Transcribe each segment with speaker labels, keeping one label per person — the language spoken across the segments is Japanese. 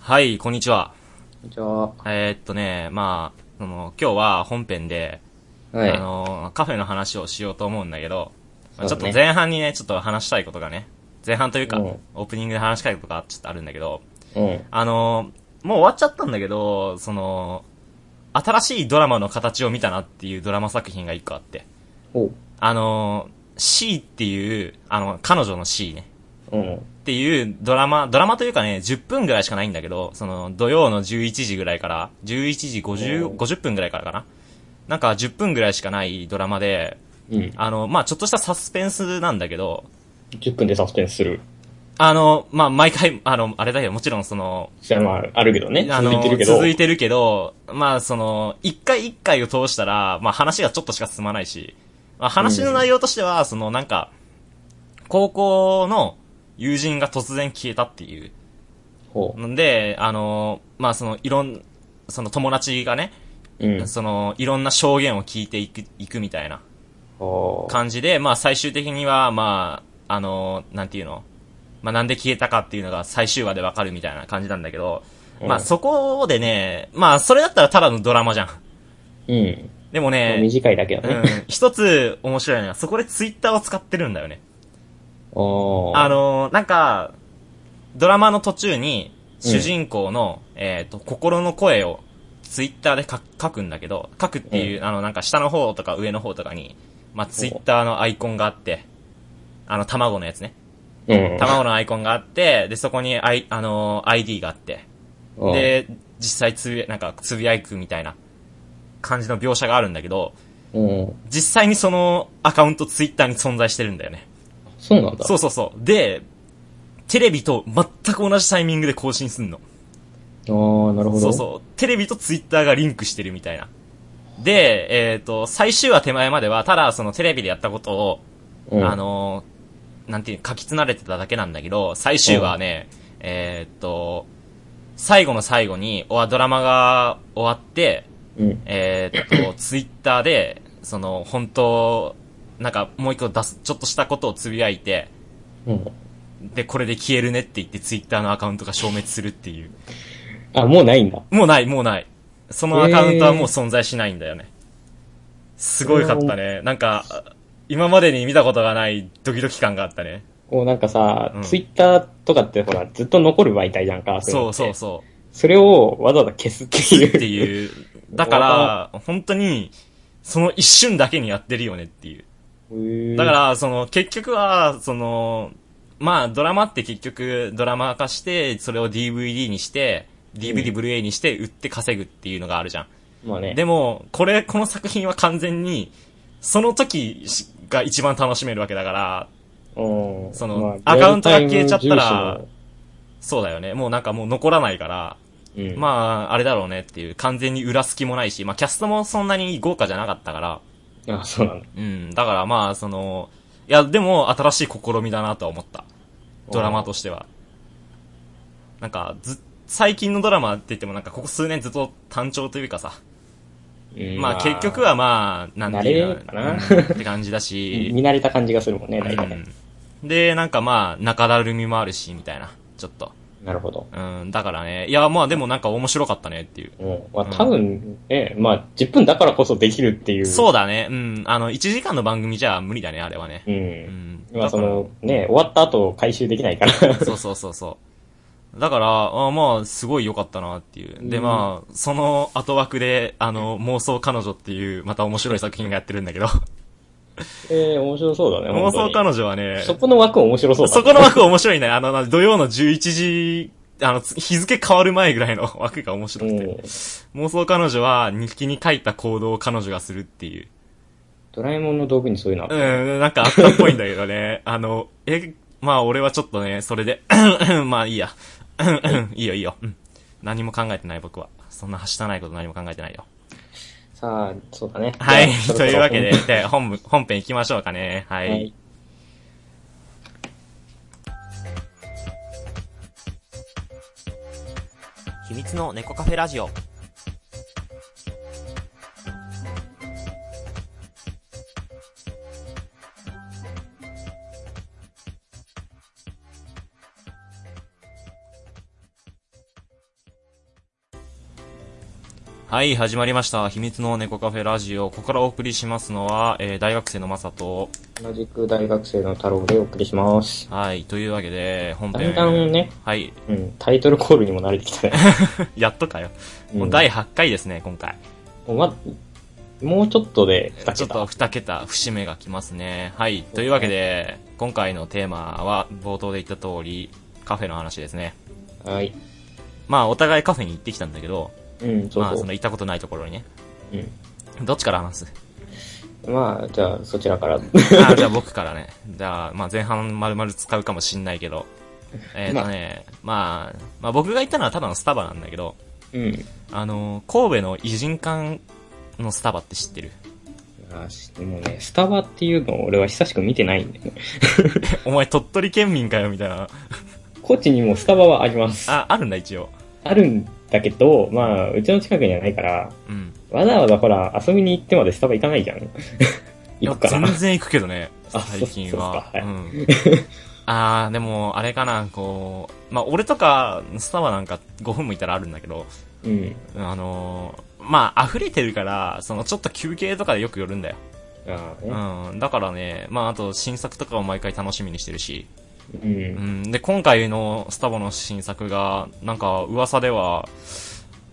Speaker 1: はい、こんにちは。
Speaker 2: こんにちは。
Speaker 1: えーっとね、まあ、その、今日は本編で、
Speaker 2: は
Speaker 1: あの、カフェの話をしようと思うんだけど、まあち
Speaker 2: そ
Speaker 1: ょ
Speaker 2: う
Speaker 1: っと
Speaker 2: だね
Speaker 1: 前半にね、ちょっと話したいことがね、前半というか、
Speaker 2: うん
Speaker 1: オープニングで話したいことがちょっとあるんだけど、
Speaker 2: うん。
Speaker 1: あの、もう終わっちゃったんだけど、その、新しいドラマの形を見たなっていうドラマ作品が一個あって、
Speaker 2: おう。
Speaker 1: あの、C っていう、あの、彼女の C ね。
Speaker 2: うん。
Speaker 1: っていうドラマ、ドラマというかね、10分ぐらいしかないんだけど、その土曜の11時ぐらいから、11時50、
Speaker 2: おー
Speaker 1: 50分ぐらいからかな。なんか10分ぐらいしかないドラマで、
Speaker 2: うん。
Speaker 1: あの、まあちょっとしたサスペンスなんだけど、
Speaker 2: 10分でサスペンスする。あ
Speaker 1: あの、まあ毎回、あの、あれだけど、もちろんその、
Speaker 2: じゃあまあ、あるけどね。
Speaker 1: あ
Speaker 2: 続
Speaker 1: の
Speaker 2: いてるけど。
Speaker 1: 続いてるけど、まあその、一回一回を通したら、まあ話がちょっとしか進まないし、まあ話の内容としては、そのなんか、高校の友人が突然消えたっていう、
Speaker 2: ほ
Speaker 1: んで、あの、まあ、その、いろん、その友達がね、
Speaker 2: う。うん。
Speaker 1: その、いろんな証言を聞いていく、いくみたいな
Speaker 2: ほう。
Speaker 1: 感じで、まあ、最終的には、まあ、あの、なんていうのまあ、なんで消えたかっていうのが最終話でわかるみたいな感じなんだけど、まあ、
Speaker 2: うん
Speaker 1: そこでね、まあ、それだったらただのドラマじゃん。
Speaker 2: うん。
Speaker 1: でも
Speaker 2: まあ
Speaker 1: ね、
Speaker 2: 短いだけ
Speaker 1: う
Speaker 2: だ
Speaker 1: ん
Speaker 2: ね。、
Speaker 1: 一つ面白いのは、そこでツイッターを使ってるんだよね。
Speaker 2: おー
Speaker 1: あ、のーなんか、ドラマの途中に、主人公の、えっ、と、心の声を、ツイッターで書く書くんだけど、書くっていう、あの、なんか下の方とか上の方とかに、まあ、ツイッターのアイコンがあって、あの、卵のやつね。
Speaker 2: うん。
Speaker 1: 卵のアイコンがあって、で、そこに、I、あのー ID があって、
Speaker 2: うん、
Speaker 1: で、実際つぶや、なんか、つぶやくみたいな感じの描写があるんだけど、
Speaker 2: うん。
Speaker 1: 実際にそのアカウントツイッターに存在してるんだよね。
Speaker 2: そうなんだ。
Speaker 1: そうそうそう。で、テレビと全く同じタイミングで更新すんの。
Speaker 2: ああ、なるほど。
Speaker 1: そうそう。テレビとツイッターがリンクしてるみたいな。で、えっ、と、最終話手前までは、ただそのテレビでやったことを、
Speaker 2: う。ん、
Speaker 1: あ、のーなんていう、書き連れてただけなんだけど、最終話はね、えっ、と、最後の最後に、おわドラマが終わって、
Speaker 2: うん。
Speaker 1: えーっ と、ツイッターで、その、本当なんか、もう一個出す、ちょっとしたことをつぶやいて、
Speaker 2: うん。
Speaker 1: で、これで消えるねって言って、ツイッターのアカウントが消滅するっていう。
Speaker 2: あ、もうないんだ。
Speaker 1: もうない、もうない。そのアカウントはもう存在しないんだよね。すごいかったね。なんか、今までに見たことがないドキドキ感があったね。
Speaker 2: こうなんかさ、
Speaker 1: うん
Speaker 2: ツイッターとかってほら、ずっと残る媒体じゃんか。いの
Speaker 1: そう
Speaker 2: って
Speaker 1: そうそ
Speaker 2: それをわざわざ消すっていう
Speaker 1: う。。っていう。だから、本当に、その一瞬だけにやってるよねっていう。
Speaker 2: う
Speaker 1: だか、ら、その、結局は、その、まあ、ドラマって結局、ドラマ化して、それを DVD にして、DVD ブルーエイにして、売って稼ぐっていうのがあるじゃん。
Speaker 2: まあね。
Speaker 1: でも、これ、この作品は完全に、その時が一番楽しめるわけだから、
Speaker 2: うん
Speaker 1: そのアカウントが消えちゃったら、
Speaker 2: リアルタイム
Speaker 1: そうだよね。もうなんかもう残らないから、
Speaker 2: 重視のうん、
Speaker 1: まあ、あれだろうねっていう、完全に裏隙もないし、まあ、キャストもそんなに豪華じゃなかったから、
Speaker 2: あ、そうなんだ。
Speaker 1: うん、だからまあ、その、いや、でも、新しい試みだなとは思った。ドラマとしては。なんか、ず、最近のドラマって言ってもなんか、ここ数年ずっと単調というかさ、
Speaker 2: うん。
Speaker 1: まあ結局はまあ、なんていうの
Speaker 2: 慣れかな
Speaker 1: うんって感じだ
Speaker 2: うん、
Speaker 1: し、
Speaker 2: 見慣れた感じがするもんね、大体ね。
Speaker 1: うんで、なんかまあ、中だるみもあるし、みたいな、ちょっと。
Speaker 2: なるほど。
Speaker 1: うん、だからね、いや、まあでもなんか面白かったねっていう。
Speaker 2: うん。まあ多分、ね、まあ10分だからこそできるっていう。
Speaker 1: そう
Speaker 2: だ。
Speaker 1: だね、うん、あの、1時間の番組じゃ無理だね、あれはね。
Speaker 2: う。
Speaker 1: うんん。
Speaker 2: まあ
Speaker 1: だか
Speaker 2: そ
Speaker 1: ら
Speaker 2: の、ね、終わった後回収できないから。
Speaker 1: そうそうそうそう。だから、あまあ、すごい良かったなっていう。で、
Speaker 2: うん
Speaker 1: まあ、その後枠で、あの、妄想彼女っていう、また面白い作品がやってるん だけど、
Speaker 2: ええ面白そうだね。
Speaker 1: 妄
Speaker 2: 本当
Speaker 1: 想
Speaker 2: に
Speaker 1: 彼女はね、
Speaker 2: そこの枠面白そうだ、ね。
Speaker 1: そこの枠面白いね。あの、土曜の11時、あの、つ日付変わる前ぐらいの枠が面白くて。妄想彼女は日記に書いた行動を彼女がするっていう。
Speaker 2: ドラえもんの道具にそういうのあ
Speaker 1: う
Speaker 2: る
Speaker 1: ん、なんかあったっぽいんだけどね。 あの、え、まあ俺はちょっとね、それで、 まあいいや。 いいよいいよ、うん。何も考えてない僕は。そんなはしたないこと何も考えてないよ。
Speaker 2: さあ、そうだね。
Speaker 1: はい
Speaker 2: じゃ。あ
Speaker 1: というわけで。
Speaker 2: そろ、
Speaker 1: で本部、本編行きましょうかね。は
Speaker 2: そ
Speaker 1: い。
Speaker 2: ろはい。
Speaker 1: 秘密の猫カフェラジオ。はい、始まりました。秘密の猫カフェラジオ。ここからお送りしますのは、えー大学生のまさと。
Speaker 2: 同じく大学生の太郎でお送りします。
Speaker 1: はい、というわけで、本
Speaker 2: だん
Speaker 1: 編。
Speaker 2: だんね、
Speaker 1: はい、
Speaker 2: うん、タイトルコールにも慣れてきたね。
Speaker 1: やっとかよ。もう
Speaker 2: うん
Speaker 1: 第8回ですね、今回。
Speaker 2: もうまもうちょっとで2桁。
Speaker 1: ちょっと2桁、節目が来ますね。はい、というわけで、今回のテーマは、冒頭で言った通り、カフェの話ですね。
Speaker 2: はい。
Speaker 1: まあ、お互いカフェに行ってきたんだけど、
Speaker 2: うん、そう
Speaker 1: まあ、
Speaker 2: そ。
Speaker 1: そうの行ったことないところにね。
Speaker 2: うん
Speaker 1: どっちから話 す
Speaker 2: まあ、じゃあ、そちらから。
Speaker 1: あじゃあ僕からね。じゃあ、まあ前半丸々使うかもしんないけど。えっ、とね、まあ、まあ僕が行ったのはただのスタバなんだけど、
Speaker 2: うん。
Speaker 1: あの、神戸の偉人館のスタバって知ってる
Speaker 2: あしもうね、スタバっていうのを俺は久しく見てないんだよね。
Speaker 1: お前鳥取県民かよみたいな。
Speaker 2: 高知にもスタバはあります。あ
Speaker 1: あ、あるんだ一応。
Speaker 2: るんだけど、まあ、うちの近くにはないから、
Speaker 1: うん。
Speaker 2: わざわざほら、遊びに行ってまでスタバ行か ないじゃん。
Speaker 1: いや
Speaker 2: 行くかな
Speaker 1: 全。然行くけどね、
Speaker 2: あ
Speaker 1: 最近は。
Speaker 2: そそうっすかはい
Speaker 1: ん。あー、でも、あれかな、こう、まあ俺とか、スタバなんか5分もいたらあるんだけど、
Speaker 2: うん。
Speaker 1: あのーまあ、溢れてるから、その、ちょっと休憩とかでよく寄るんだよ。
Speaker 2: ああね。
Speaker 1: うん。だからね、まあ、あと、新作とかを毎回楽しみにしてるし。う
Speaker 2: う。
Speaker 1: んん。で、今回のスタバの新作が、なんか、噂では、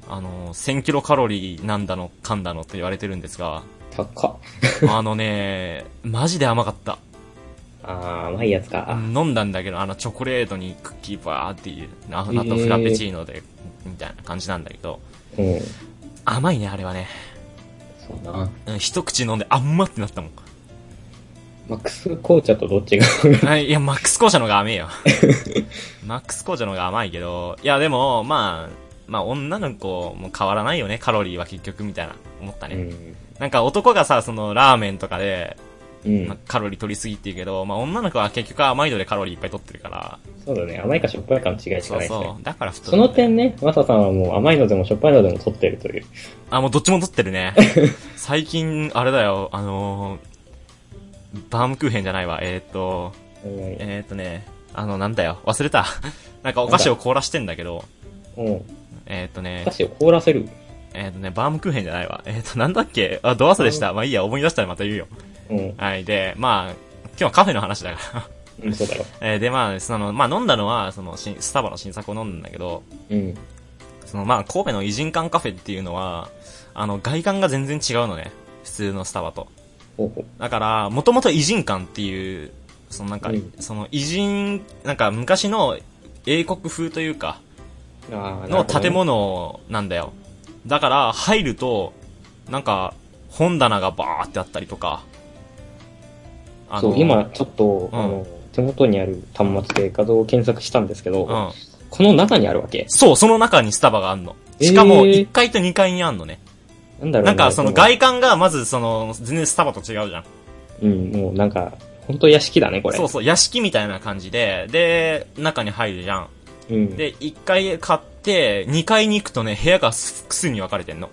Speaker 1: あの、1000キロカロリーなんだの、かんだのって言われてるんです が、
Speaker 2: 高っ。
Speaker 1: あのね、マジで甘かった。
Speaker 2: ああ、甘いやつか。
Speaker 1: 飲んだんだけど、あの、チョコレートにクッキーバーっていう、ああと
Speaker 2: へー
Speaker 1: フラペチーノで、みたいな感じなんだけど、
Speaker 2: うん。
Speaker 1: 甘いね、あれはね。
Speaker 2: そうな。
Speaker 1: うん一口飲んで、あんまってなった もん。
Speaker 2: マックス紅茶とどっちが
Speaker 1: はい、いや、マックス紅茶の方が甘い よ。マックス紅茶の方が甘いけど、いや、でも、まあ、まあ、女の子も変わらないよね、カロリーは結局、みたいな、思った
Speaker 2: う
Speaker 1: ね。
Speaker 2: ん。
Speaker 1: なんか男がさ、その、ラーメンとかで、
Speaker 2: うん
Speaker 1: まあ。カロリー取りすぎって言うけど、まあ、女の子は結局甘いのでカロリーいっぱい取ってるから、
Speaker 2: そうだね。甘いかしょっぱいかの違いしか
Speaker 1: そ
Speaker 2: な
Speaker 1: う
Speaker 2: いですね
Speaker 1: そ。う、だから太
Speaker 2: その点ね、マサさんはもう甘いのでもしょっぱいのでも取ってるという。
Speaker 1: あ、もうどっちも取ってるね。最近、あれだよ、あのーバームクーヘンじゃないわ、えー、っと、
Speaker 2: うん
Speaker 1: えー、っとね、あの、なんだよ、忘れた。 なんかお菓子を凍らしてんだけど、
Speaker 2: うん。
Speaker 1: えー、っとね
Speaker 2: お菓、子を凍らせる。
Speaker 1: えっ、とね、バームクーヘンじゃないわ。えっ、と、なんだっけあ、ドアスでした。まあいいや、思い出したらまた言うよ。
Speaker 2: うん。
Speaker 1: はい、で、まあ、今日はカフェの話だから。
Speaker 2: うん、そうだろ。
Speaker 1: えーで、まあ、その、まあ飲んだのは、その、新スタバの新作を飲んだんだけど、
Speaker 2: うん。
Speaker 1: その、まあ、神戸の偉人館カフェっていうのは、あの、外観が全然違うのね。普通のスタバと。
Speaker 2: ほうほ
Speaker 1: だから、もともと偉人館っていう、そのなんか、
Speaker 2: うん
Speaker 1: その偉人、なんか昔の英国風というか、
Speaker 2: う。ああ、なる
Speaker 1: の
Speaker 2: ほどね
Speaker 1: 建。物なんだよ。だから、入ると、なんか、本棚がバーってあったりとか。あ
Speaker 2: そう、今ちょっと、
Speaker 1: うん
Speaker 2: あの、手元にある端末で画像を検索したんですけど、
Speaker 1: うん。
Speaker 2: この中にあるわけ。
Speaker 1: そう、その中にスタバがあんの。しかも、
Speaker 2: えー
Speaker 1: 1階と2階にあんのね。
Speaker 2: なんだろうね
Speaker 1: なんか、その外観が、まず、その、全然スタバと違うじゃん。
Speaker 2: うん、もうなんか、本当屋敷だね、これ。
Speaker 1: そうそう、屋敷みたいな感じで、で、中に入るじゃん。
Speaker 2: うん。
Speaker 1: で、1階買って、2階に行くとね、部屋が複数に分かれてんの。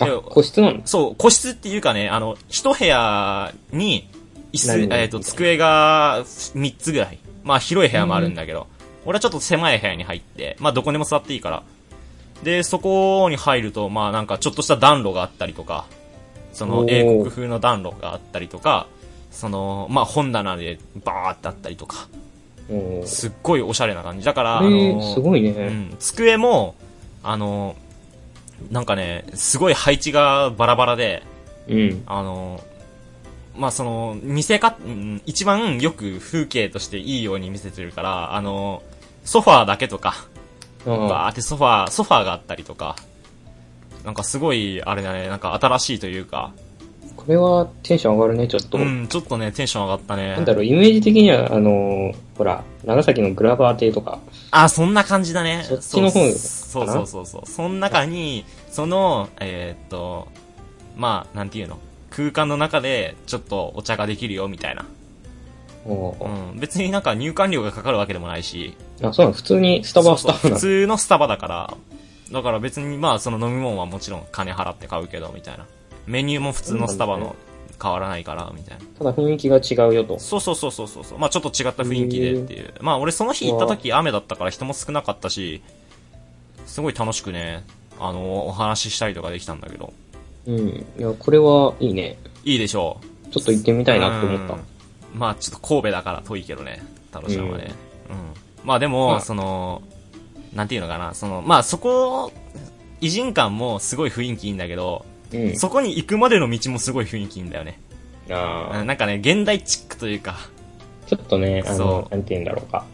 Speaker 2: あ
Speaker 1: で、
Speaker 2: 個室なの
Speaker 1: そう、個室っていうかね、あの、一部屋に、椅子
Speaker 2: 何、々
Speaker 1: えっ、と、机が3つぐらい。まあ、広い部屋もあるんだけど、俺はちょっと狭い部屋に入って、まあ、どこにも座っていいから。で、そこに入ると、まあ、なんか、ちょっとした暖炉があったりとか、その
Speaker 2: お、ー
Speaker 1: 英国風の暖炉があったりとか、その、まあ、本棚でバーってあったりとか、
Speaker 2: うん。
Speaker 1: すっごいおしゃれな感じ。だから、あの
Speaker 2: えすごいうね。
Speaker 1: ん、机も、あの、なんかね、すごい配置がバラバラで、
Speaker 2: うん。
Speaker 1: あの、まあ、その、見せか、うん一番よく風景としていいように見せてるから、あの、ソファーだけとか、
Speaker 2: あ
Speaker 1: バーってソファー、ソファーがあったりとか、なんかすごい、あれだね、なんか新しいというか、
Speaker 2: あ、これはテンション上がるね、ちょっと。
Speaker 1: うん、ちょっとね、テンション上がったね。
Speaker 2: なんだろう、イメージ的には、あのーほら、長崎のグラバー亭とか。
Speaker 1: あ、そんな感じだね。
Speaker 2: そっちの方かな
Speaker 1: そうそうそうそう。その中に、その、えーっと、まあ、なんていうの空間の中で、ちょっとお茶ができるよ、みたいな。
Speaker 2: おー
Speaker 1: うん。別になんか入館料がかかるわけでもないし。
Speaker 2: あ、そうなの、普通にスタバはスタ
Speaker 1: そうそう
Speaker 2: バな
Speaker 1: 普
Speaker 2: の。
Speaker 1: 通のスタバだから。だから別にまあ、その飲み物はもちろん金払って買うけど、みたいな。メニューも普通のスタバの変わらないから、みたいな。
Speaker 2: ただ雰囲気が違うよと。
Speaker 1: そうそうそうそうそうそう。まあちょっと違った雰囲気でっていう。まあ俺その日行った時雨だったから人も少なかったし、すごい楽しくね、あの、お話ししたりとかできたんだけど。
Speaker 2: うん。いや、これはいいね。
Speaker 1: いいでしょう。
Speaker 2: ちょっと行ってみたいなと思った。
Speaker 1: うんまあちょっと神戸だから遠いけどね、太郎ちゃんはね。うん。まあでも、
Speaker 2: まあ
Speaker 1: その、なんていうのかな、その、まあそこ、偉人館もすごい雰囲気いいんだけど、
Speaker 2: うん。
Speaker 1: そこに行くまでの道もすごい雰囲気いいんだよね。
Speaker 2: あ
Speaker 1: う
Speaker 2: あ
Speaker 1: んなんかね、現代チックというか、
Speaker 2: ちょっとね、あ
Speaker 1: そ
Speaker 2: の、なんて言うんだろうか。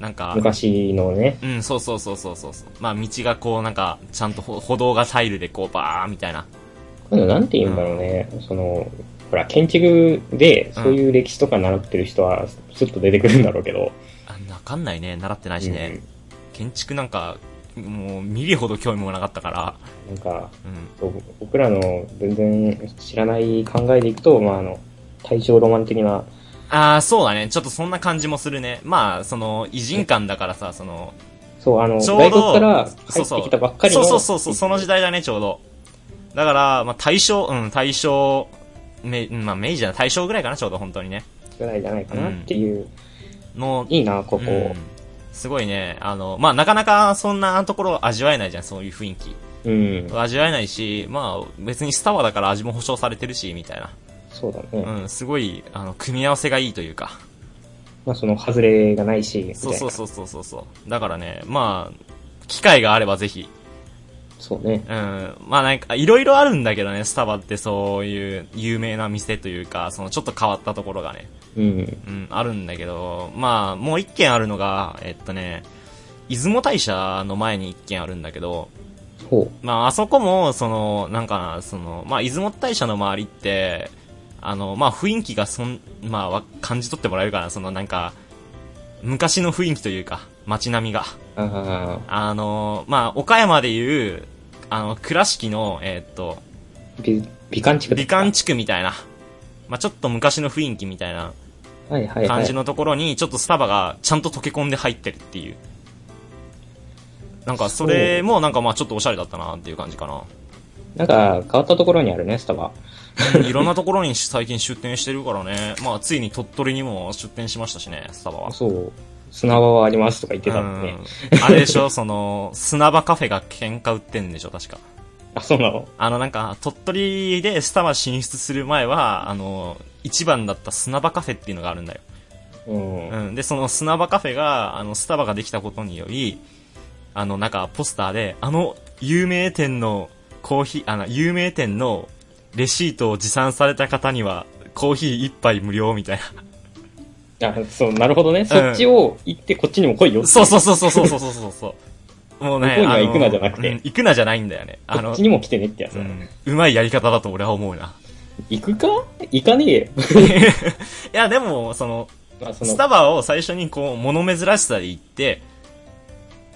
Speaker 1: なんか、
Speaker 2: 昔のね、
Speaker 1: うん、そうそうそうそうそうそう。まあ道がこうなんか、ちゃんと歩歩道がタイルでこうバーみたいな。
Speaker 2: こういうのなんて言うんだろうね。その、ほら、建築で、そういう歴史とか習ってる人は、スッと出てくるんだろうけど。
Speaker 1: あ、わかんないね、習ってないしね。
Speaker 2: うん
Speaker 1: 建築なんか、もう見るほど興味もなかったから、
Speaker 2: なんか、
Speaker 1: うん。
Speaker 2: そう僕らの全然知らない考えでいくと、まあ、あの、大正ロマン的な、
Speaker 1: ああ、そうだね。ちょっとそんな感じもするね。まあ、その、偉人館だからさ、その、
Speaker 2: そう、あの、
Speaker 1: ちょう
Speaker 2: 外
Speaker 1: ど、
Speaker 2: 国から
Speaker 1: そう
Speaker 2: 入って
Speaker 1: そう
Speaker 2: きたばっかりの。
Speaker 1: そうそうそうそう、その時代だね、ちょうど。だから、まあ、大正、うん、大正、め、うんまあ、明治じゃない、大正ぐらいかな、ちょうど、本当にね。
Speaker 2: ぐらいじゃないかなっていう。
Speaker 1: の、
Speaker 2: いいな、ここ。
Speaker 1: うんすごいね、あの、まあ、なかなかそんなところ味わえないじゃん、そういう雰囲気。
Speaker 2: うん。
Speaker 1: 味わえないし、まあ、別にスタバだから味も保証されてるし、みたいな。
Speaker 2: そうだね。
Speaker 1: うん、すごい、あの、組み合わせがいいというか。
Speaker 2: まあ、その、外れがないし、みたいな。
Speaker 1: そうそうそうそうそうそう。だからね、まあ、機会があればぜひ、
Speaker 2: そうね。
Speaker 1: うん。まあなんか、いろいろあるんだけどね、スタバってそういう有名な店というか、そのちょっと変わったところがね、
Speaker 2: うん。
Speaker 1: うん、あるんだけど、まあ、もう一軒あるのが、えっとね、出雲大社の前に一軒あるんだけど、
Speaker 2: ほう。
Speaker 1: まあ、あそこも、その、なんかな、その、まあ、出雲大社の周りって、あの、まあ、雰囲気がそん、まあわ、感じ取ってもらえるかな、そのなんか、昔の雰囲気というか、街並みが。
Speaker 2: あ
Speaker 1: あの、まあ、岡山でいう、あの、倉敷の、えっと、
Speaker 2: あ、美、美観地区だ
Speaker 1: 美観地区みたいな、まあ、ちょっと昔の雰囲気みたいな
Speaker 2: はいはいはい。
Speaker 1: 感じのところに、ちょっとスタバがちゃんと溶け込んで入ってるっていう。なんか、それも、なんかまあちょっとおしゃれだったなっていう感じかな。
Speaker 2: なんか、変わったところにあるね、スタバ。
Speaker 1: うん いろんなところに最近出店してるからね。まあついに鳥取にも出店しましたしね、スタバは。
Speaker 2: そう。砂場はありますとか言ってたもんね。
Speaker 1: うんあれでしょ、そ の、砂場カフェが喧嘩売ってんでしょ、確か。
Speaker 2: あ、そうなの
Speaker 1: あのなんか、鳥取でスタバ進出する前は、あの、一番だった砂場カフェっていうのがあるんだよ。
Speaker 2: うん。
Speaker 1: うん、で、その砂場カフェが、あの、スタバができたことにより、あの、なんか、ポスターで、あの、有名店のコーヒー、あの、有名店のレシートを持参された方には、コーヒー一杯無料みたい
Speaker 2: あ、そう、なるほどね。そっちを行って、こっちにも来いよ。
Speaker 1: な。そうそうそうそうそうそうそうそうそう。もうね、
Speaker 2: 向こうには
Speaker 1: あの
Speaker 2: 行くなじゃなくて
Speaker 1: うん行くなじゃないんだよね。あ
Speaker 2: こ
Speaker 1: の
Speaker 2: っち、にも来てねってやつ
Speaker 1: う
Speaker 2: だ。
Speaker 1: ん、うまいやり方だと俺は思う な。
Speaker 2: 行くか行かねえよ。
Speaker 1: いや、でも、その、
Speaker 2: まあ、その
Speaker 1: スタバを最初にこう、物珍しさで行って、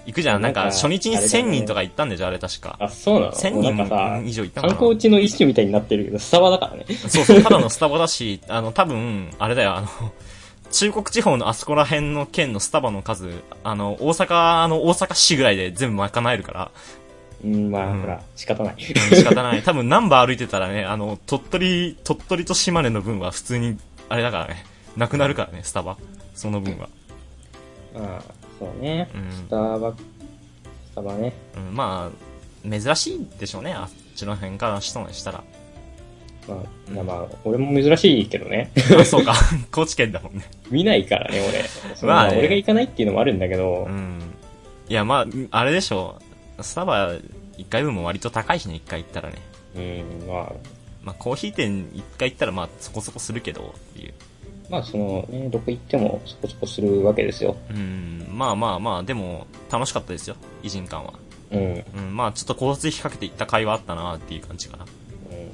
Speaker 1: 行くじゃん。なんか、
Speaker 2: なんか
Speaker 1: 初日に
Speaker 2: あれだね
Speaker 1: 1000人とか行ったんでしょ、あれ確か。
Speaker 2: あ、そうなの
Speaker 1: 1000
Speaker 2: もう
Speaker 1: 人
Speaker 2: なんかさ、
Speaker 1: 以上行ったか
Speaker 2: 観
Speaker 1: な。
Speaker 2: 光地の一種みたいになってるけど、スタバだからね。
Speaker 1: そうそう、ただのスタバだし、あの、多分、あれだよ、あの、中国地方のあそこら辺の県のスタバの数、あの、大阪の大阪市ぐらいで全部賄えるから、
Speaker 2: うん、まあ、
Speaker 1: うん
Speaker 2: ほら、仕方ない。
Speaker 1: 仕方ない。多分、難波歩いてたらね、あの、鳥取、鳥取と島根の分は普通に、あれだからね、なくなるからね、スタバ。その分は。
Speaker 2: まあ、そうね。
Speaker 1: うん
Speaker 2: スタバ、スタバね。
Speaker 1: うん、まあ、珍しいでしょうね、あっちの辺から人にしたら。
Speaker 2: まあ、いやまあ、俺も珍しいけどね。
Speaker 1: あそうか、 高知県だもんね。
Speaker 2: 見ないからね、俺。その
Speaker 1: まあね
Speaker 2: 俺が行かないっていうのもあるんだけど
Speaker 1: う、ん。いや、まあ、あれでしょう。スタバ、一回分も割と高いしね、一回行ったらね。
Speaker 2: うん、まあ、
Speaker 1: まあ、コーヒー店一回行ったら、まあ、そこそこするけど、っていう。
Speaker 2: まあ、その、ね、どこ行ってもそこそこするわけですよ。
Speaker 1: うん、まあまあまあ、でも、楽しかったですよ、偉人館は。
Speaker 2: うん。うん
Speaker 1: うん、まあ、ちょっと交通費かけて行った会話あったな、っていう感じかな。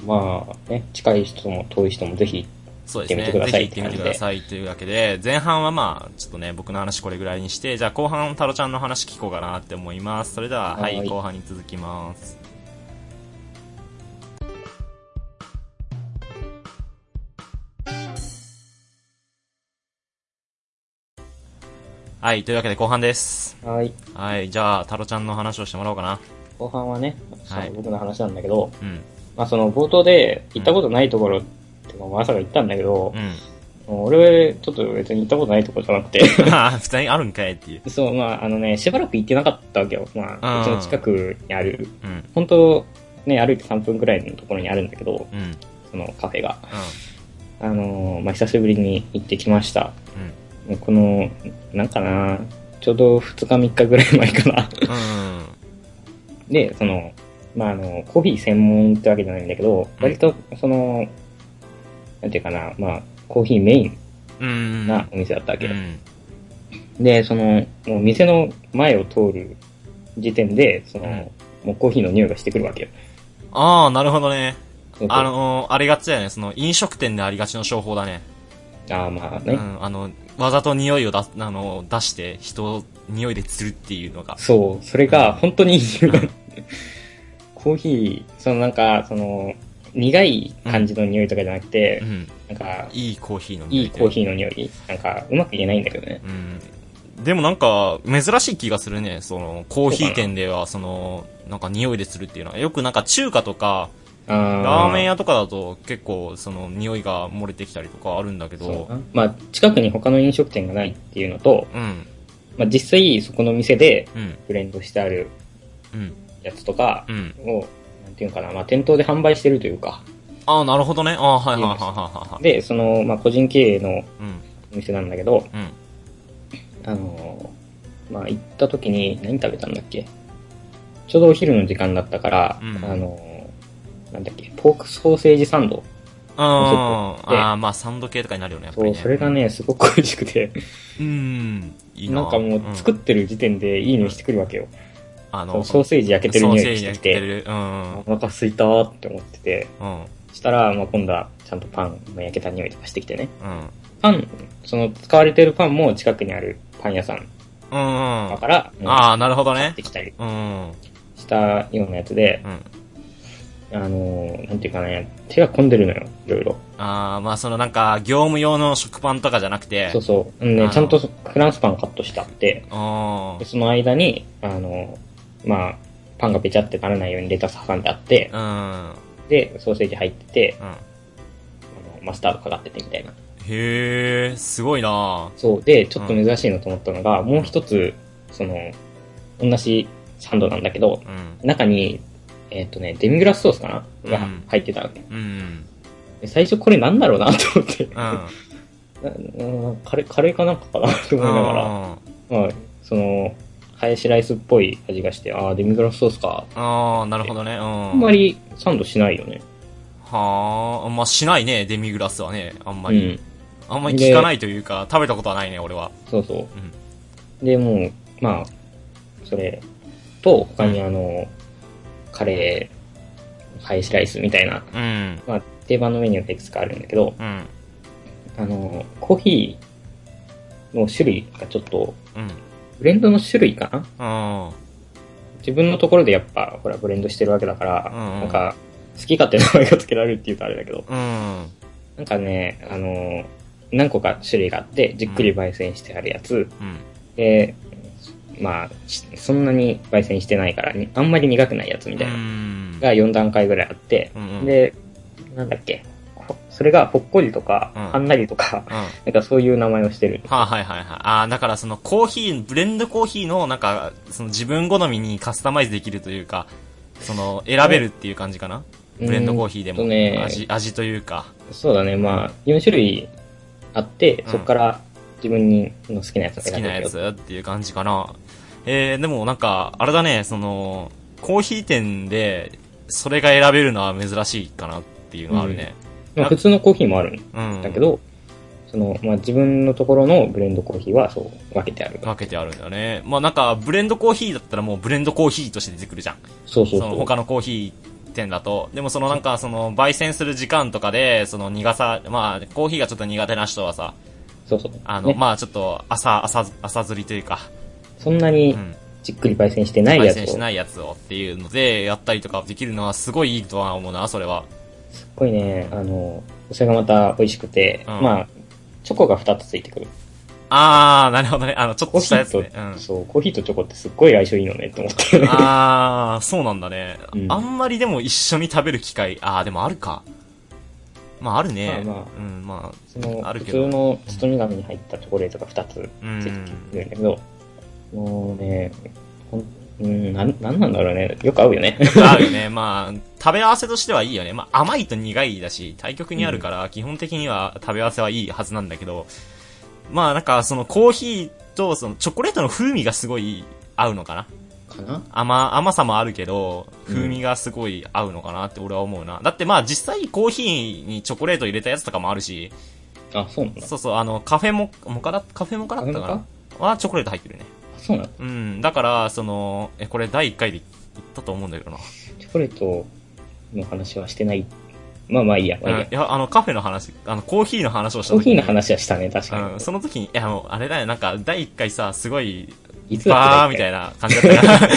Speaker 2: まあ、ね、近い人も遠い人もぜひ、
Speaker 1: そうですね。
Speaker 2: 行ってみてください
Speaker 1: ぜひ行ってみてくださいというわけで、前半はまあ、ちょっとね、僕の話これぐらいにして、じゃあ後半、太郎ちゃんの話聞こうかなって思います。それでは、は、
Speaker 2: はいい
Speaker 1: 後半に続きます。はい、というわけで後半です。
Speaker 2: はい。
Speaker 1: はい、じゃあ、太郎ちゃんの話をしてもらおうかな。
Speaker 2: 後半はね、そ
Speaker 1: は
Speaker 2: の
Speaker 1: い
Speaker 2: 僕の話なんだけど、
Speaker 1: うん、
Speaker 2: まあ、その冒頭で行ったことないところって、まあ、まさか行ったんだけど
Speaker 1: う、ん、
Speaker 2: 俺、ちょっと別に行ったことないとこじゃなくて。
Speaker 1: ああ、普通にあるんかいっていう。
Speaker 2: そう、まあ、あのね、しばらく行ってなかったわけよ。ま
Speaker 1: うん
Speaker 2: あ、うちの近くにある、
Speaker 1: うん。
Speaker 2: 本当ね、歩いて3分くらいのところにあるんだけど、
Speaker 1: うん。うん。
Speaker 2: そのカフェが。あのーまあ、久しぶりに行ってきました。
Speaker 1: うん。
Speaker 2: もうこの、なんかな、ちょうど2日3日ぐらい前かな。
Speaker 1: うん。
Speaker 2: で、その、まあ、あの、コーヒー専門ってわけじゃないんだけど、割と、その、なんていうかな、まあ、コーヒーメイン
Speaker 1: うん。
Speaker 2: なお店だったわ
Speaker 1: う
Speaker 2: けよ。
Speaker 1: ん。
Speaker 2: で、その、もう店の前を通る時点で、その、
Speaker 1: うん
Speaker 2: もうコーヒーの匂いがしてくるわけよ。
Speaker 1: ああ、なるほどね。
Speaker 2: そうそう
Speaker 1: あ、のー、ありがちだよね。その、飲食店でありがちの商法だね。
Speaker 2: あーまあ
Speaker 1: う
Speaker 2: ね、
Speaker 1: ん。あの、わざと匂いを出す、あの、出して、人を匂いで釣るっていうのが。
Speaker 2: そう、それが本当に匂いが、コーヒー、そのなんか、その、苦い感じの匂いとかじゃなくて
Speaker 1: う、ん。
Speaker 2: なんか、
Speaker 1: いいコーヒーの匂
Speaker 2: い
Speaker 1: い
Speaker 2: い
Speaker 1: と
Speaker 2: コーヒーの匂い、なんか、うまく言えないんだけどね。
Speaker 1: うん。でもなんか、珍しい気がするね。その、コーヒー店では、その、なんか匂いでするっていうのは。よくなんか中華とか、
Speaker 2: あー
Speaker 1: ラーメン屋とかだと結構、その、匂いが漏れてきたりとかあるんだけ
Speaker 2: そ
Speaker 1: ど
Speaker 2: う。なまあ、近くに他の飲食店がないっていうのと、
Speaker 1: うん。
Speaker 2: まあ、実際そこの店で
Speaker 1: うん。
Speaker 2: ブレンドしてある
Speaker 1: うん。
Speaker 2: やつとか
Speaker 1: うん。
Speaker 2: を、なんていうのかな、まあ、店頭で販売してるというか、
Speaker 1: ああ、なるほどね。ああ、はいはいはいはいはい。
Speaker 2: で、その、まあ、個人経営の
Speaker 1: うん。
Speaker 2: お店なんだけど、
Speaker 1: うん。
Speaker 2: あのーまあ、行った時に何食べたんだっけちょうどお昼の時間だったから、
Speaker 1: うん
Speaker 2: あのーなんだっけ、ポークソーセージサンド。
Speaker 1: あ
Speaker 2: で
Speaker 1: あー、まあ、サンド系とかになるよね、やっぱ
Speaker 2: そ
Speaker 1: り
Speaker 2: う、
Speaker 1: ね。
Speaker 2: それがね、すごく美味しくて、
Speaker 1: うん。いいな。
Speaker 2: なんかもう作っ
Speaker 1: ん
Speaker 2: てる時点でいい匂いしてくるわけよ。
Speaker 1: あ
Speaker 2: そ
Speaker 1: の、
Speaker 2: のソーセージ焼けてる匂いが
Speaker 1: ソーセー
Speaker 2: してき
Speaker 1: ジ焼けて
Speaker 2: て、
Speaker 1: る。うん。
Speaker 2: お腹空いたーって思ってて、
Speaker 1: うん。
Speaker 2: したら、まあ、今度はちゃんとパンの焼けた匂いとかしてきてね。
Speaker 1: うん。
Speaker 2: パン、その使われてるパンも近くにあるパン屋さん
Speaker 1: うん。
Speaker 2: だ
Speaker 1: あ
Speaker 2: から、
Speaker 1: あー、なるほど
Speaker 2: 買っ
Speaker 1: ね
Speaker 2: て。きたり
Speaker 1: うん。うん。
Speaker 2: したようなやつで、あのー、なんていうかね、手が込んでるのよ、いろいろ。
Speaker 1: ああ、まあそのなんか、業務用の食パンとかじゃなくて、
Speaker 2: そうそう。うん
Speaker 1: あ
Speaker 2: ね、
Speaker 1: ー
Speaker 2: ちゃんとフランスパンカットしてあって、
Speaker 1: あ
Speaker 2: でその間に、あのー、まあ、パンがべちゃってならないようにレタス挟んであって、
Speaker 1: あ、
Speaker 2: で、ソーセージ入ってて、
Speaker 1: うん。うん。
Speaker 2: あのマスタードかかっててみたいな。
Speaker 1: へえ、すごいな
Speaker 2: そう。で、ちょっと珍しいなと思ったのが、もう一つ、その、同じサンドなんだけど、
Speaker 1: うん。
Speaker 2: 中に、えっ、とね、デミグラスソースかな
Speaker 1: うん
Speaker 2: が入ってたわけ。
Speaker 1: うん。
Speaker 2: で最初これなんだ ろうなと思って、
Speaker 1: うん。うん。
Speaker 2: ななカレー、カレーかなんかかな と思いながら、
Speaker 1: あ
Speaker 2: まあ、その、ハヤシライスっぽい味がして、ああ、デミグラスソースか。
Speaker 1: あー、なるほどね。う
Speaker 2: あ
Speaker 1: ん。
Speaker 2: んまりサンドしないよね。
Speaker 1: はあ、まあしないね、デミグラスはね、あんま
Speaker 2: う
Speaker 1: り。
Speaker 2: ん。
Speaker 1: あんまり聞かないというか、食べたことはないね、俺は。
Speaker 2: そうそう。で、もう、まあ、それと、他にあの、カレー、ハヤシライスみたいな、
Speaker 1: うん。うん。
Speaker 2: まあ、定番のメニューがいくつかあるんだけど、
Speaker 1: うん。
Speaker 2: あの、コーヒーの種類がちょっと
Speaker 1: うん。
Speaker 2: ブレンドの種類かな
Speaker 1: うん。
Speaker 2: 自分のところでやっぱ、ほら、ブレンドしてるわけだから、
Speaker 1: うんうん
Speaker 2: なんか、好き勝手な名前が付けられるって言うとあれだけど、
Speaker 1: うん。
Speaker 2: なんかね、あのー何個か種類があって、じっくり焙煎してあるやつ、
Speaker 1: うん。
Speaker 2: で、まあ、しそんなに焙煎してないから、にあんまり苦くないやつみたいな、
Speaker 1: うん。
Speaker 2: が4段階ぐらいあって、
Speaker 1: うんうん
Speaker 2: で、なんだっけ、こそれがほっこりとか、
Speaker 1: うん
Speaker 2: はんなりとか、
Speaker 1: うん。
Speaker 2: なんかそういう名前をしてる。
Speaker 1: はあ、はいはいはい。ああ、だからそのコーヒー、ブレンドコーヒーのなんか、その自分好みにカスタマイズできるというか、その選べるっていう感じかなブレンドコーヒーで
Speaker 2: う
Speaker 1: も。
Speaker 2: んとね
Speaker 1: 味、味というか。
Speaker 2: そうだね、まあ、4種類あって、そこから自分にの好きなやつを
Speaker 1: 好
Speaker 2: 選
Speaker 1: き
Speaker 2: ん
Speaker 1: な
Speaker 2: でる
Speaker 1: や
Speaker 2: よ
Speaker 1: つっていう感じかな。えー、でもなんか、あれだね、その、コーヒー店で、それが選べるのは珍しいかなっていうのはあるね。
Speaker 2: まあ、普通のコーヒーもあるん
Speaker 1: うん。
Speaker 2: だけど、その、まあ、自分のところのブレンドコーヒーはそう、分けてある。
Speaker 1: 分けてあるんだよね。まあなんか、ブレンドコーヒーだったらもうブレンドコーヒーとして出てくるじゃん。
Speaker 2: そうそう
Speaker 1: その
Speaker 2: そう。
Speaker 1: 他のコーヒー店だと。でもそのなんか、その、焙煎する時間とかで、その苦さ、まあ、コーヒーがちょっと苦手な人はさ、
Speaker 2: そうそう。
Speaker 1: あの、
Speaker 2: ね
Speaker 1: まあちょっと、朝、朝、朝釣りというか、
Speaker 2: そんな
Speaker 1: う
Speaker 2: に
Speaker 1: ん、
Speaker 2: じっくり焙煎してない
Speaker 1: 焙
Speaker 2: やつ
Speaker 1: 煎
Speaker 2: を、
Speaker 1: し
Speaker 2: すっ
Speaker 1: ないやつをっていうので、やったりとかできるのはすごいいいとは思うな、それは。
Speaker 2: ごいね、あの、それがまた美味しくて、
Speaker 1: うん
Speaker 2: まあ、チョコが2つついてくる。
Speaker 1: あー、なるほどね。あの、ちょっ
Speaker 2: コ
Speaker 1: と
Speaker 2: ー
Speaker 1: し
Speaker 2: ヒ
Speaker 1: たや
Speaker 2: ー
Speaker 1: つ
Speaker 2: と、
Speaker 1: ね。うん。
Speaker 2: そう、コーヒーとチョコってすっごい相性いいのね、と思って。
Speaker 1: あー、そうなんだね
Speaker 2: う。ん
Speaker 1: あんまりでも一緒に食べる機会、あー、でもあるか。まあ、あるね。
Speaker 2: まあまあ
Speaker 1: うん、ま
Speaker 2: その
Speaker 1: ある
Speaker 2: 普
Speaker 1: け
Speaker 2: 通
Speaker 1: ど
Speaker 2: の包み紙に入ったチョコレートが2つついて
Speaker 1: うん
Speaker 2: くるんだけど、もうね、ほんうん、なんなんなんだろうね。よく合うよね。
Speaker 1: あ、あるよね。まあ、食べ合わせとしてはいいよね。まあ、甘いと苦いだし、対極にあるから、基本的には食べ合わせはいいはずなんだけど、まあ、なんか、そのコーヒーと、そのチョコレートの風味がすごい合うのかな。
Speaker 2: かな
Speaker 1: 甘、甘さもあるけど、
Speaker 2: うん
Speaker 1: 風味がすごい合うのかなって俺は思うな。だってまあ実際コーヒーにチョコレート入れたやつとかもあるし、
Speaker 2: あ、そうなんだ。
Speaker 1: そうそう、あの、カフェモ、モカだ、カフェモカだったか
Speaker 2: カフェモ
Speaker 1: なはチョコレート入ってるね。
Speaker 2: あそうなんだ。
Speaker 1: うん。だから、その、え、これ第1回で言ったと思うんだけどな。
Speaker 2: チョコレートの話はしてない。まあまあいいや。まあいい
Speaker 1: うん
Speaker 2: や
Speaker 1: いや、あの、カフェの話、あの、コーヒーの話をした
Speaker 2: コー
Speaker 1: 時
Speaker 2: ヒーの
Speaker 1: に。
Speaker 2: 話はしたね、確か
Speaker 1: う
Speaker 2: に
Speaker 1: ん、。その時に、いや、もう、あれだよ、なんか、第1回さ、すごい、
Speaker 2: いつだ
Speaker 1: バ
Speaker 2: っ
Speaker 1: ー
Speaker 2: け
Speaker 1: みたいな感じだったか ら。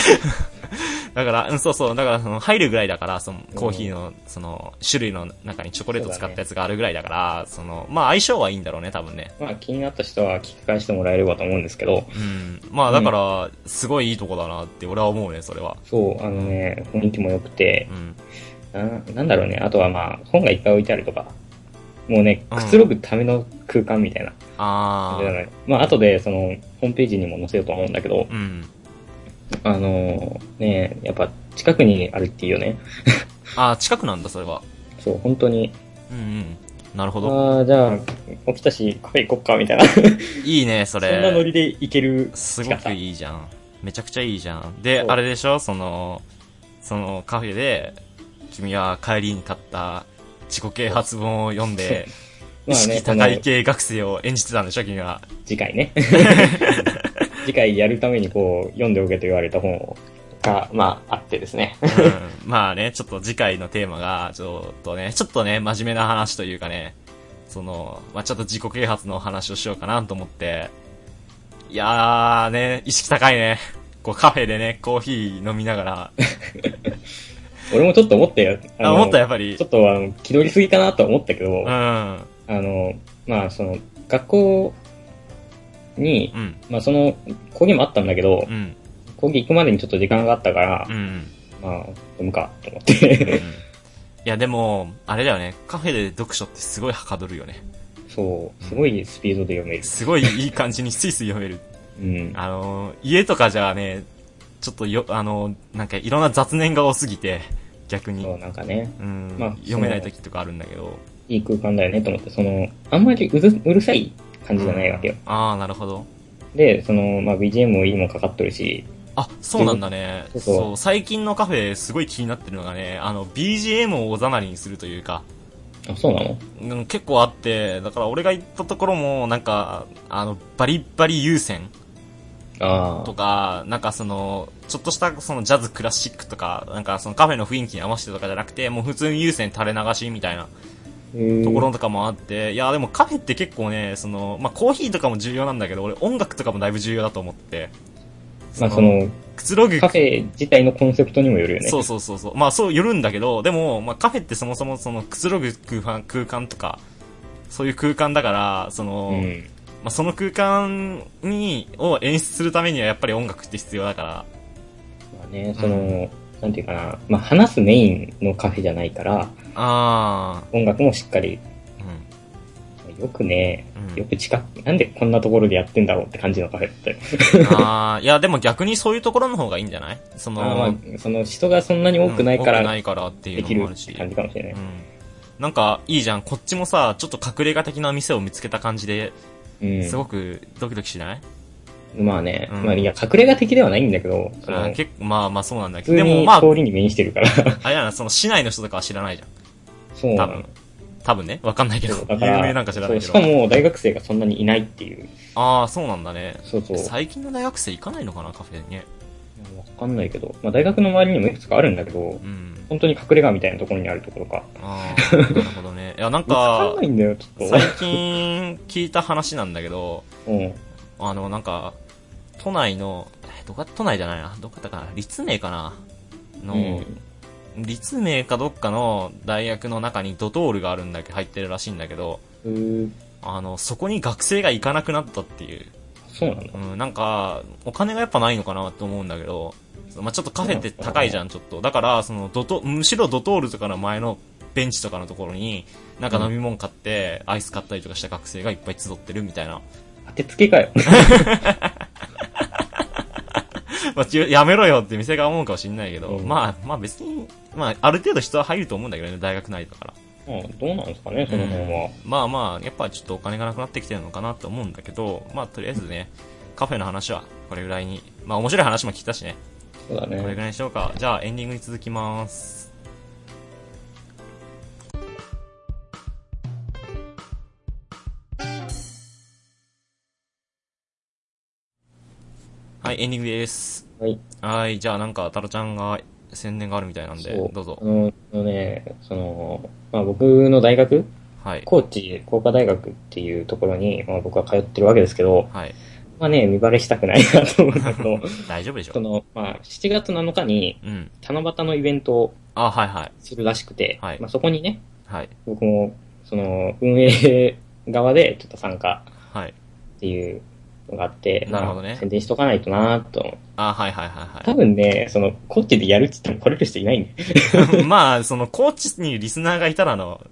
Speaker 1: だから、うん、そうそう、だから、その、入るぐらいだから、その、コーヒーの、その、種類の中にチョコレート使ったやつがあるぐらいだから、その、まあ、相性はいいんだろうね、多分ね。
Speaker 2: まあ気になった人は聞き返してもらえればと思うんですけど、
Speaker 1: うん。まあ、だから、すごいいいとこだなって、俺は思うね、それは。
Speaker 2: そう、あのね、雰囲気も良くて
Speaker 1: う、ん。
Speaker 2: ななんだろうね、あとはまあ本がいっぱい置いてあるとか、もうね、
Speaker 1: うん
Speaker 2: くつろぐための空間みたいな。
Speaker 1: あ
Speaker 2: じゃ
Speaker 1: ー。
Speaker 2: ないまあ後でそのホームページにも載せようと思うんだけど、
Speaker 1: うん。
Speaker 2: あのーね、やっぱ近くにあるっていいよね。
Speaker 1: あー、近くなんだ、それは。
Speaker 2: そう、本当に、
Speaker 1: うんうん。なるほど。
Speaker 2: ああ、じゃあ起きたしカフェ行こっかみたいな、そ
Speaker 1: いいね、それ。
Speaker 2: んなノリで行ける
Speaker 1: すごくいいじゃん。めちゃくちゃいいじゃん。
Speaker 2: そ
Speaker 1: で、
Speaker 2: う
Speaker 1: あれでしょその、そのカフェで、君は帰りに買った自己啓発本を読ん で、意識高い
Speaker 2: その
Speaker 1: 系学生を演じてたんでしょ君は。
Speaker 2: 次 回ね。次回やるためにこう、読んでおけと言われた本が、まあ、あってで すね。
Speaker 1: うんまあね、ちょっと次回のテーマが、ちょっとね、ちょっとね、真面目な話というかね、その、まあちょっと自己啓発の話をしようかなと思って、いやーね、意識高いね。こうカフェでね、コーヒー飲みながら、
Speaker 2: 俺もちょっと思ったよ。
Speaker 1: あ、
Speaker 2: の
Speaker 1: 思ったやっぱり
Speaker 2: ちょ。っとあの気取りすぎかなとは思ったけど、
Speaker 1: うん。
Speaker 2: あ
Speaker 1: うん。
Speaker 2: の、まあ、その、学校に、まあ、その、講義もあったんだけど
Speaker 1: う、ん。
Speaker 2: 講義行くまでにちょっと時間があったから
Speaker 1: う、ん。
Speaker 2: まあ、読むか、と思って。
Speaker 1: いや、でも、あれだよね。カフェで読書ってすごいはかどるよね。
Speaker 2: そう、すごいスピードで読める。
Speaker 1: すごいいい感じにスイスイ読め る。
Speaker 2: うん。
Speaker 1: あの、家とかじゃね、ちょっとよ、あの、なんかいろんな雑念が多すぎて、逆
Speaker 2: そう、
Speaker 1: に。
Speaker 2: なんかね、
Speaker 1: うん、
Speaker 2: まあ
Speaker 1: 読めない時とかあるんだけど。
Speaker 2: いい空間だよねと思って、その、あんまりうるうるさい感じじゃないわけよ。
Speaker 1: ああ、なるほど。
Speaker 2: で、その、まあ、BGM もいいもんかかっとるし、
Speaker 1: あ、そうなんだね。
Speaker 2: そうそう
Speaker 1: そう、最近のカフェすごい気になってるのがね、あの、BGM をおざなりにするというか、
Speaker 2: あ、そうなの
Speaker 1: うん結構あって、だから俺が行ったところも、なんか、あの、バリッバリ優先
Speaker 2: あ
Speaker 1: とか、なんかその、ちょっとしたそのジャズクラシックとか、なんかそのカフェの雰囲気に合わせてとかじゃなくて、もう普通に優先垂れ流しみたいな
Speaker 2: ー
Speaker 1: ところとかもあって、いやでもカフェって結構ね、その、まあコーヒーとかも重要なんだけど、俺音楽とかもだいぶ重要だと思ってて。
Speaker 2: まあ、そ、の、
Speaker 1: くつろぐ
Speaker 2: カフェ自体のコンセプトにもよるよね。
Speaker 1: そうそうそうそう。まあそうよるんだけど、でも、まあカフェってそもそもそのくつろぐ空間、空間とか、そういう空間だから、その、
Speaker 2: うん。
Speaker 1: まあその空間に、を演出するためにはやっぱり音楽って必要だから、
Speaker 2: まあね、その、なんていうかな、まあ、話すメインのカフェじゃないから、
Speaker 1: あ
Speaker 2: 音楽もしっかり、
Speaker 1: あ、うん。
Speaker 2: よくね、
Speaker 1: うん
Speaker 2: よく近く、なんでこんなところでやってんだろうって感じのカフェだったよ。
Speaker 1: ああ、いや、でも逆にそういうところの方がいいんじゃないその、
Speaker 2: あーまあ、その人がそんなに多くないか
Speaker 1: うん多くな
Speaker 2: ら
Speaker 1: いからってい
Speaker 2: で
Speaker 1: う
Speaker 2: き
Speaker 1: の
Speaker 2: る
Speaker 1: もある
Speaker 2: っ
Speaker 1: し。
Speaker 2: て感じかもしれない。
Speaker 1: うん。なんか、いいじゃん。こっちもさ、ちょっと隠れ家的な店を見つけた感じで、
Speaker 2: うん。
Speaker 1: すごくドキドキしない、
Speaker 2: まあね、
Speaker 1: うん
Speaker 2: まあいや、隠れ家的ではないんだけど、そ
Speaker 1: あ
Speaker 2: の
Speaker 1: ー結構、まあまあそうなんだ
Speaker 2: 普
Speaker 1: けど。
Speaker 2: 通
Speaker 1: でも
Speaker 2: に
Speaker 1: まあ、
Speaker 2: 通りに面してる から。
Speaker 1: あれやな、その市内の人とかは知らないじゃ
Speaker 2: そう。
Speaker 1: ん。多分。多分ね。わかんないけど。
Speaker 2: そう
Speaker 1: 有名なんか知らないけ
Speaker 2: そうし
Speaker 1: ど。
Speaker 2: かも大学生がそんなにいないっていう。
Speaker 1: ああ、そうなんだね。
Speaker 2: そうそう。わ
Speaker 1: 最近の大学生行かないのかな、カフェにね。
Speaker 2: かんないけど。まあ大学の周りにもいくつかあるんだけど
Speaker 1: う、ん。
Speaker 2: 本当に隠れ家みたいなところにあるところか。
Speaker 1: あ あ、なるほどね。いや、なん
Speaker 2: 見つか
Speaker 1: か
Speaker 2: んな、いんだよ、ちょっ
Speaker 1: 最近聞いた話なんだけど、
Speaker 2: と。うん。
Speaker 1: あの、なんか、都内の、えどこだ、都内じゃないな、どこだったかな、立命かなの、立命かどっかの大学の中にドトールがあるんだけど、入ってるらしいんだけど、
Speaker 2: うん。
Speaker 1: あの、そこに学生が行かなくなったっていう、
Speaker 2: そうなんだ。
Speaker 1: うん、なんか、お金がやっぱないのかなと思うんだけど、まあちょっとカフェって高いじゃん、ちょっと。だから、その、ドト、むしろドトールとかの前のベンチとかのところに、なんか飲み物買って、アイス買ったりとかした学生がいっぱい集ってるみたいな。
Speaker 2: 当てつけかよ。
Speaker 1: まあ、ちゅやめろよって店が思うかもしんないけど、
Speaker 2: うん
Speaker 1: まあ、まあ別に、まあ、ある程度人は入ると思うんだけどね、大学内だから。
Speaker 2: うんどうなんですかね、その辺は。
Speaker 1: まあまあ、やっぱちょっとお金がなくなってきてるのかなと思うんだけど、まあとりあえずね、カフェの話はこれぐらいに、まあ面白い話も聞いたしね、
Speaker 2: そうだ
Speaker 1: これぐ
Speaker 2: ね。
Speaker 1: らいにしようか。じゃあエンディングに続きます。はい、エンディングです。
Speaker 2: はい。
Speaker 1: はい、じゃあなんか、タロちゃんが宣伝があるみたいなんで
Speaker 2: そ、
Speaker 1: どうぞ
Speaker 2: あ。のあのね、その、まあ僕の大学、
Speaker 1: はい。
Speaker 2: 高知工科大学っていうところに、まあ僕は通ってるわけですけど、
Speaker 1: はい。
Speaker 2: まあね、見バレしたくないなと思うんだけど、
Speaker 1: 大丈夫でし
Speaker 2: そ
Speaker 1: ょ
Speaker 2: の、まあ7月7日に
Speaker 1: うん。
Speaker 2: 七夕のイベントを
Speaker 1: あ、はいはい。
Speaker 2: するらしくて、
Speaker 1: はい
Speaker 2: まあそこにね、
Speaker 1: はい。
Speaker 2: 僕も、その、運営側でちょっと参加
Speaker 1: はい。
Speaker 2: っていうのがあって、
Speaker 1: なるほどね
Speaker 2: まあ宣伝しとかないとなと思って。
Speaker 1: あ、はいはいはい
Speaker 2: 多分ね、その、こっちでやるって言っても来れる人いないんで。
Speaker 1: はい。 まあ、その、コーチにリスナーがいたらの、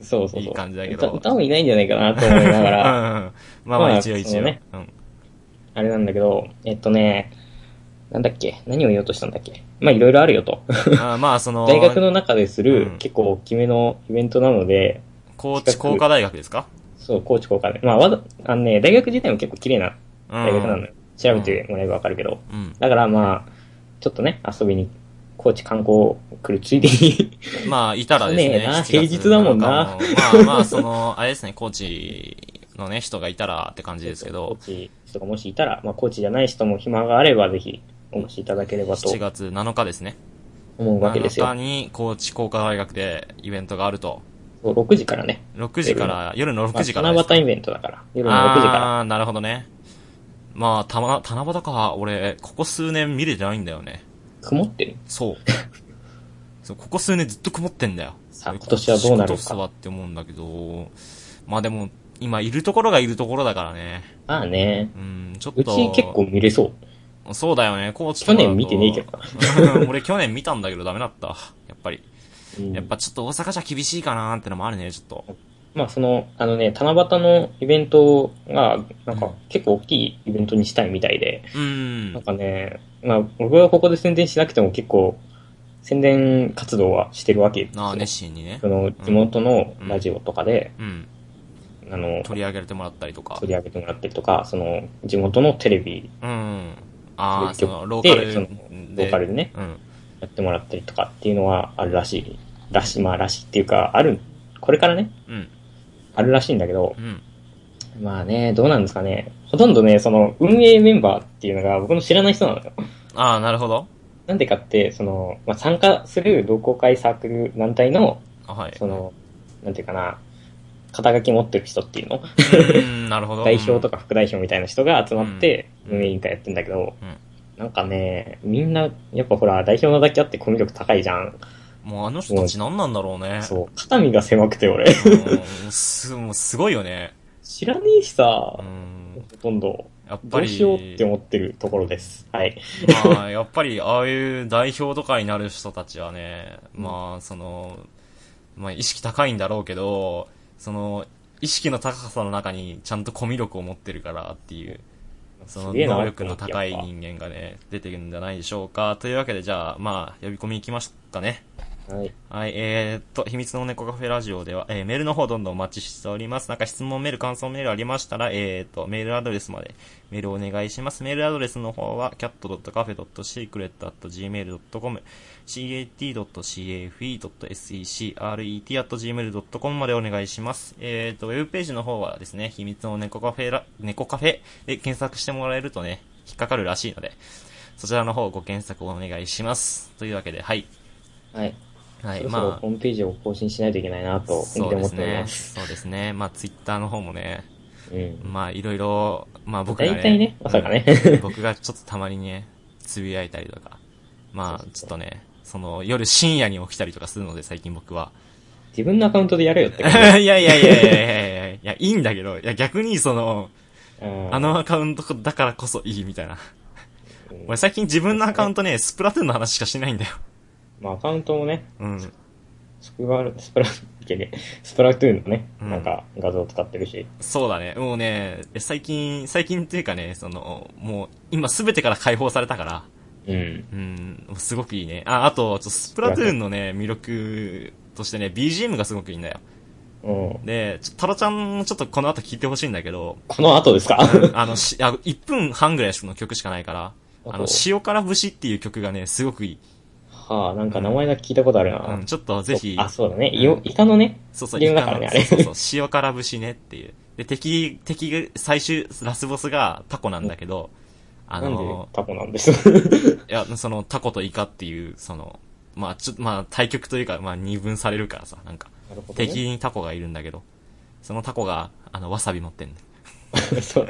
Speaker 2: そうそうそう。
Speaker 1: いい感じだけど
Speaker 2: 歌歌もいないんじゃないかなと思いなが
Speaker 1: うん
Speaker 2: ら、
Speaker 1: うんうんまあま
Speaker 2: ま
Speaker 1: あ、
Speaker 2: あ
Speaker 1: 一応一
Speaker 2: そ
Speaker 1: 応。
Speaker 2: のね
Speaker 1: うん。
Speaker 2: あれなんだけど、えっとね、なんだっけ何を言おうとしたんだっけまあいろいろあるよと。
Speaker 1: あまあ、その、
Speaker 2: 大学の中でする
Speaker 1: うん
Speaker 2: 結構大きめのイベントなので、
Speaker 1: 高知工科大学ですか
Speaker 2: そう、高知工科で。まあわざ、あのね、大学自体も結構綺麗な
Speaker 1: うん。
Speaker 2: 大学なのよ。調べてもらえばわかるけど。
Speaker 1: うん。
Speaker 2: だからまあ、ちょっとね、遊びに、高知観光来るついでに、
Speaker 1: まあ、いたらです
Speaker 2: ね
Speaker 1: ね
Speaker 2: えな。
Speaker 1: 7月
Speaker 2: 平日だもんな
Speaker 1: 7日もまあまあ、その、あれですね、高知のね、人がいたらって感じですけ
Speaker 2: 高
Speaker 1: ど、
Speaker 2: 知とかもしいたら、まあ高知じゃない人も暇があればぜひお越しいただければと
Speaker 1: 7月7日ですね。
Speaker 2: 思うわけです
Speaker 1: 7日
Speaker 2: よ。
Speaker 1: に高知工科大学でイベントがあると。
Speaker 2: そう6時からね。
Speaker 1: 6時から、夜の
Speaker 2: ま
Speaker 1: 6
Speaker 2: あ、
Speaker 1: 時からです
Speaker 2: 七夕イベントだから。夜の6時から。
Speaker 1: あー、なるほどね。まあ、たま、七夕か、俺、ここ数年見れてないんだよね。
Speaker 2: 曇ってる。
Speaker 1: そう。 そう、ここ数年ずっと曇ってんだよ。
Speaker 2: さあ今年はどうなるか
Speaker 1: 今年こそはって思うんだけど、まあでも、今いるところがいるところだからね。
Speaker 2: まあね。
Speaker 1: うん、ちょっと。
Speaker 2: うち結構見れそう。
Speaker 1: そうだよね、高知とかだと
Speaker 2: 去年見てねえけど。
Speaker 1: うん 俺去年見たんだけどダメだった。やっぱり。
Speaker 2: うん
Speaker 1: やっぱちょっと大阪じゃ厳しいかなーってのもあるね、ちょっと。
Speaker 2: まあその、あのね、七夕のイベントが、なん
Speaker 1: う
Speaker 2: か
Speaker 1: ん
Speaker 2: 結構大きいイベントにしたいみたいで、
Speaker 1: うん
Speaker 2: なん。かね、まあ僕はここで宣伝しなくても結構、宣伝活動はしてるわけです
Speaker 1: なあ、
Speaker 2: よ。
Speaker 1: 熱心にね
Speaker 2: そ。の地元のラジオとかで、
Speaker 1: うん。
Speaker 2: あの、
Speaker 1: 取り上げてもらったりとか。
Speaker 2: 取り上げてもらったりとか、その地元のテレビ、
Speaker 1: うん。ああ、そ
Speaker 2: それ
Speaker 1: の、ローカル
Speaker 2: そのローカルでね、
Speaker 1: うん。
Speaker 2: やってもらったりとかっていうのはあるらしい。らしい、まあらしいっていうか、ある、これからね、
Speaker 1: うん。
Speaker 2: あるらしいんだけど
Speaker 1: う、ん。
Speaker 2: まあね、どうなんですかね。ほとんどね、その、運営メンバーっていうのが僕の知らない人なのよ。
Speaker 1: ああ、なるほど。
Speaker 2: なんでかって、その、まあ、参加する同好会サークル団体の、
Speaker 1: あはい。
Speaker 2: その、なんていうかな、肩書き持ってる人っていうの
Speaker 1: うーん、なるほど。
Speaker 2: 代表と
Speaker 1: か。
Speaker 2: か副代表みたいな人が集まって、
Speaker 1: うん
Speaker 2: 運営委員会やってんだけど、
Speaker 1: うん
Speaker 2: なんかね、みんな、やっぱほら、代表なだけあってコミュ力高いじゃん。
Speaker 1: もうあの人たち何なんだろうね。
Speaker 2: そう、肩身が狭くて俺、
Speaker 1: うん。す、もうすごいよね。
Speaker 2: 知らねえしさ
Speaker 1: う、ん。
Speaker 2: ほとんど、
Speaker 1: やっぱ
Speaker 2: どう
Speaker 1: り、
Speaker 2: しようって思ってるところです。はい。
Speaker 1: まあ、やっぱり、ああいう代表とかになる人たちはね、まあ、その、まあ、意識高いんだろうけど、その、意識の高さの中にちゃんとコミュ力を持ってるからっていう。その
Speaker 2: すげえな
Speaker 1: 能力の高い
Speaker 2: やっぱ
Speaker 1: 人間がね、出てくるんじゃないでしょうか。というわけで、じゃあ、まあ、呼び込み行きますかね。
Speaker 2: はい。
Speaker 1: はい、えー、っと、秘密の猫カフェラジオでは、えー、メールの方どんどんお待ちしております。なんか質問メール、感想メールありましたら、えー、っと、メールアドレスまでメールお願いします。メールアドレスの方は、cat.cafe.secret.gmail.com、cat.cafe.secret.gmail.com までお願いします。えー、っと、ウェブページの方はですね、秘密の猫カフェら、猫カフェで検索してもらえるとね、引っかかるらしいので、そちらの方ご検索お願いします。というわけで、はい。
Speaker 2: はい。
Speaker 1: は
Speaker 2: そ
Speaker 1: い、
Speaker 2: ろそろ
Speaker 1: まあ
Speaker 2: ホームページを更新しないといけないなと、
Speaker 1: そ
Speaker 2: 本
Speaker 1: うで
Speaker 2: 当に思っ
Speaker 1: す
Speaker 2: ており
Speaker 1: ね。
Speaker 2: ます。
Speaker 1: そうですね。まあ、ツイッターの方もね、
Speaker 2: うん。
Speaker 1: まあ、いろいろ、まあ、僕がね。
Speaker 2: 大体ね、まさかね。
Speaker 1: うん。 僕がちょっとたまにね、つぶやいたりとか。まあ、ちょっとね、その、夜深夜に起きたりとかするので、最近僕 は。
Speaker 2: 自分のアカウントでやれよっ
Speaker 1: い
Speaker 2: て。
Speaker 1: やいやいやいやいやいやいや、いいんだけど、いや、逆にその、
Speaker 2: うん
Speaker 1: あ、のアカウントだからこそいいみたいな。
Speaker 2: うん
Speaker 1: 俺最近自分のアカウントね、スプラトゥーンの話しかしないんだよ。
Speaker 2: まあアカウントもね、
Speaker 1: うん。
Speaker 2: スプラ、スプラ、いけねえスプラトゥーンのね、
Speaker 1: うん
Speaker 2: なんか画像使ってるし。
Speaker 1: そうだね。もうね、最近、最近っていうかね、その、もう、今すべてから解放されたから、
Speaker 2: うん。
Speaker 1: うん、すごくいいね。あ、あと、ちょっとスプラトゥーンのね、魅力としてね、BGM がすごくいいんだよ。
Speaker 2: うん。
Speaker 1: で、ちょタロちゃんもちょっとこの後聞いてほしいんだけど、
Speaker 2: この後ですか
Speaker 1: うんあの、し、あ1分半ぐらいの曲しかないから、あの、
Speaker 2: し
Speaker 1: 塩辛節っていう曲がね、すごくいい。
Speaker 2: はあ、なんか名前だけ聞いたことあるな。
Speaker 1: うん、ちょっとぜひ、
Speaker 2: あ、そうだね。イオイカのね。
Speaker 1: そうそう、
Speaker 2: ゲー
Speaker 1: イ
Speaker 2: ムだか
Speaker 1: カ
Speaker 2: らね
Speaker 1: の、
Speaker 2: あれ
Speaker 1: そうそうそう、塩辛節ねっていう。で、敵、敵が、最終、ラスボスがタコなんだけど、あ
Speaker 2: なんで
Speaker 1: の、
Speaker 2: タコなんです。
Speaker 1: いや、その、タコとイカっていう、その、まあ、ちょっと、まあ、対局というか、まあ、二分されるからさ、なんか、
Speaker 2: なるほどね
Speaker 1: 敵にタコがいるんだけど、そのタコが、あの、わさび持ってんだよ
Speaker 2: そう。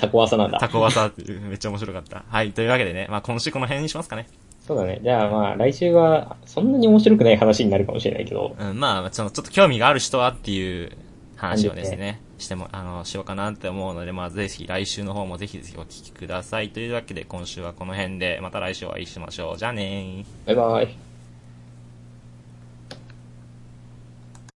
Speaker 2: タコワサなん
Speaker 1: タ
Speaker 2: だ。
Speaker 1: コわさ っていう、めっちゃ面白かった。はい、というわけでね、まあ、今週この辺にしますかね。
Speaker 2: そうだね。じゃあまあ、来週は、そんなに面白くない話になるかもしれないけど、
Speaker 1: うん、まあ、ちょちょっと興味がある人はっていう話をですね、
Speaker 2: 感じ
Speaker 1: しても、あの、しようかなって思うので、まあ、ぜひ来週の方もぜひぜひお聞きください。というわけで、今週はこの辺で、また来週お会いしましょう。じゃあねー。
Speaker 2: バイバイ。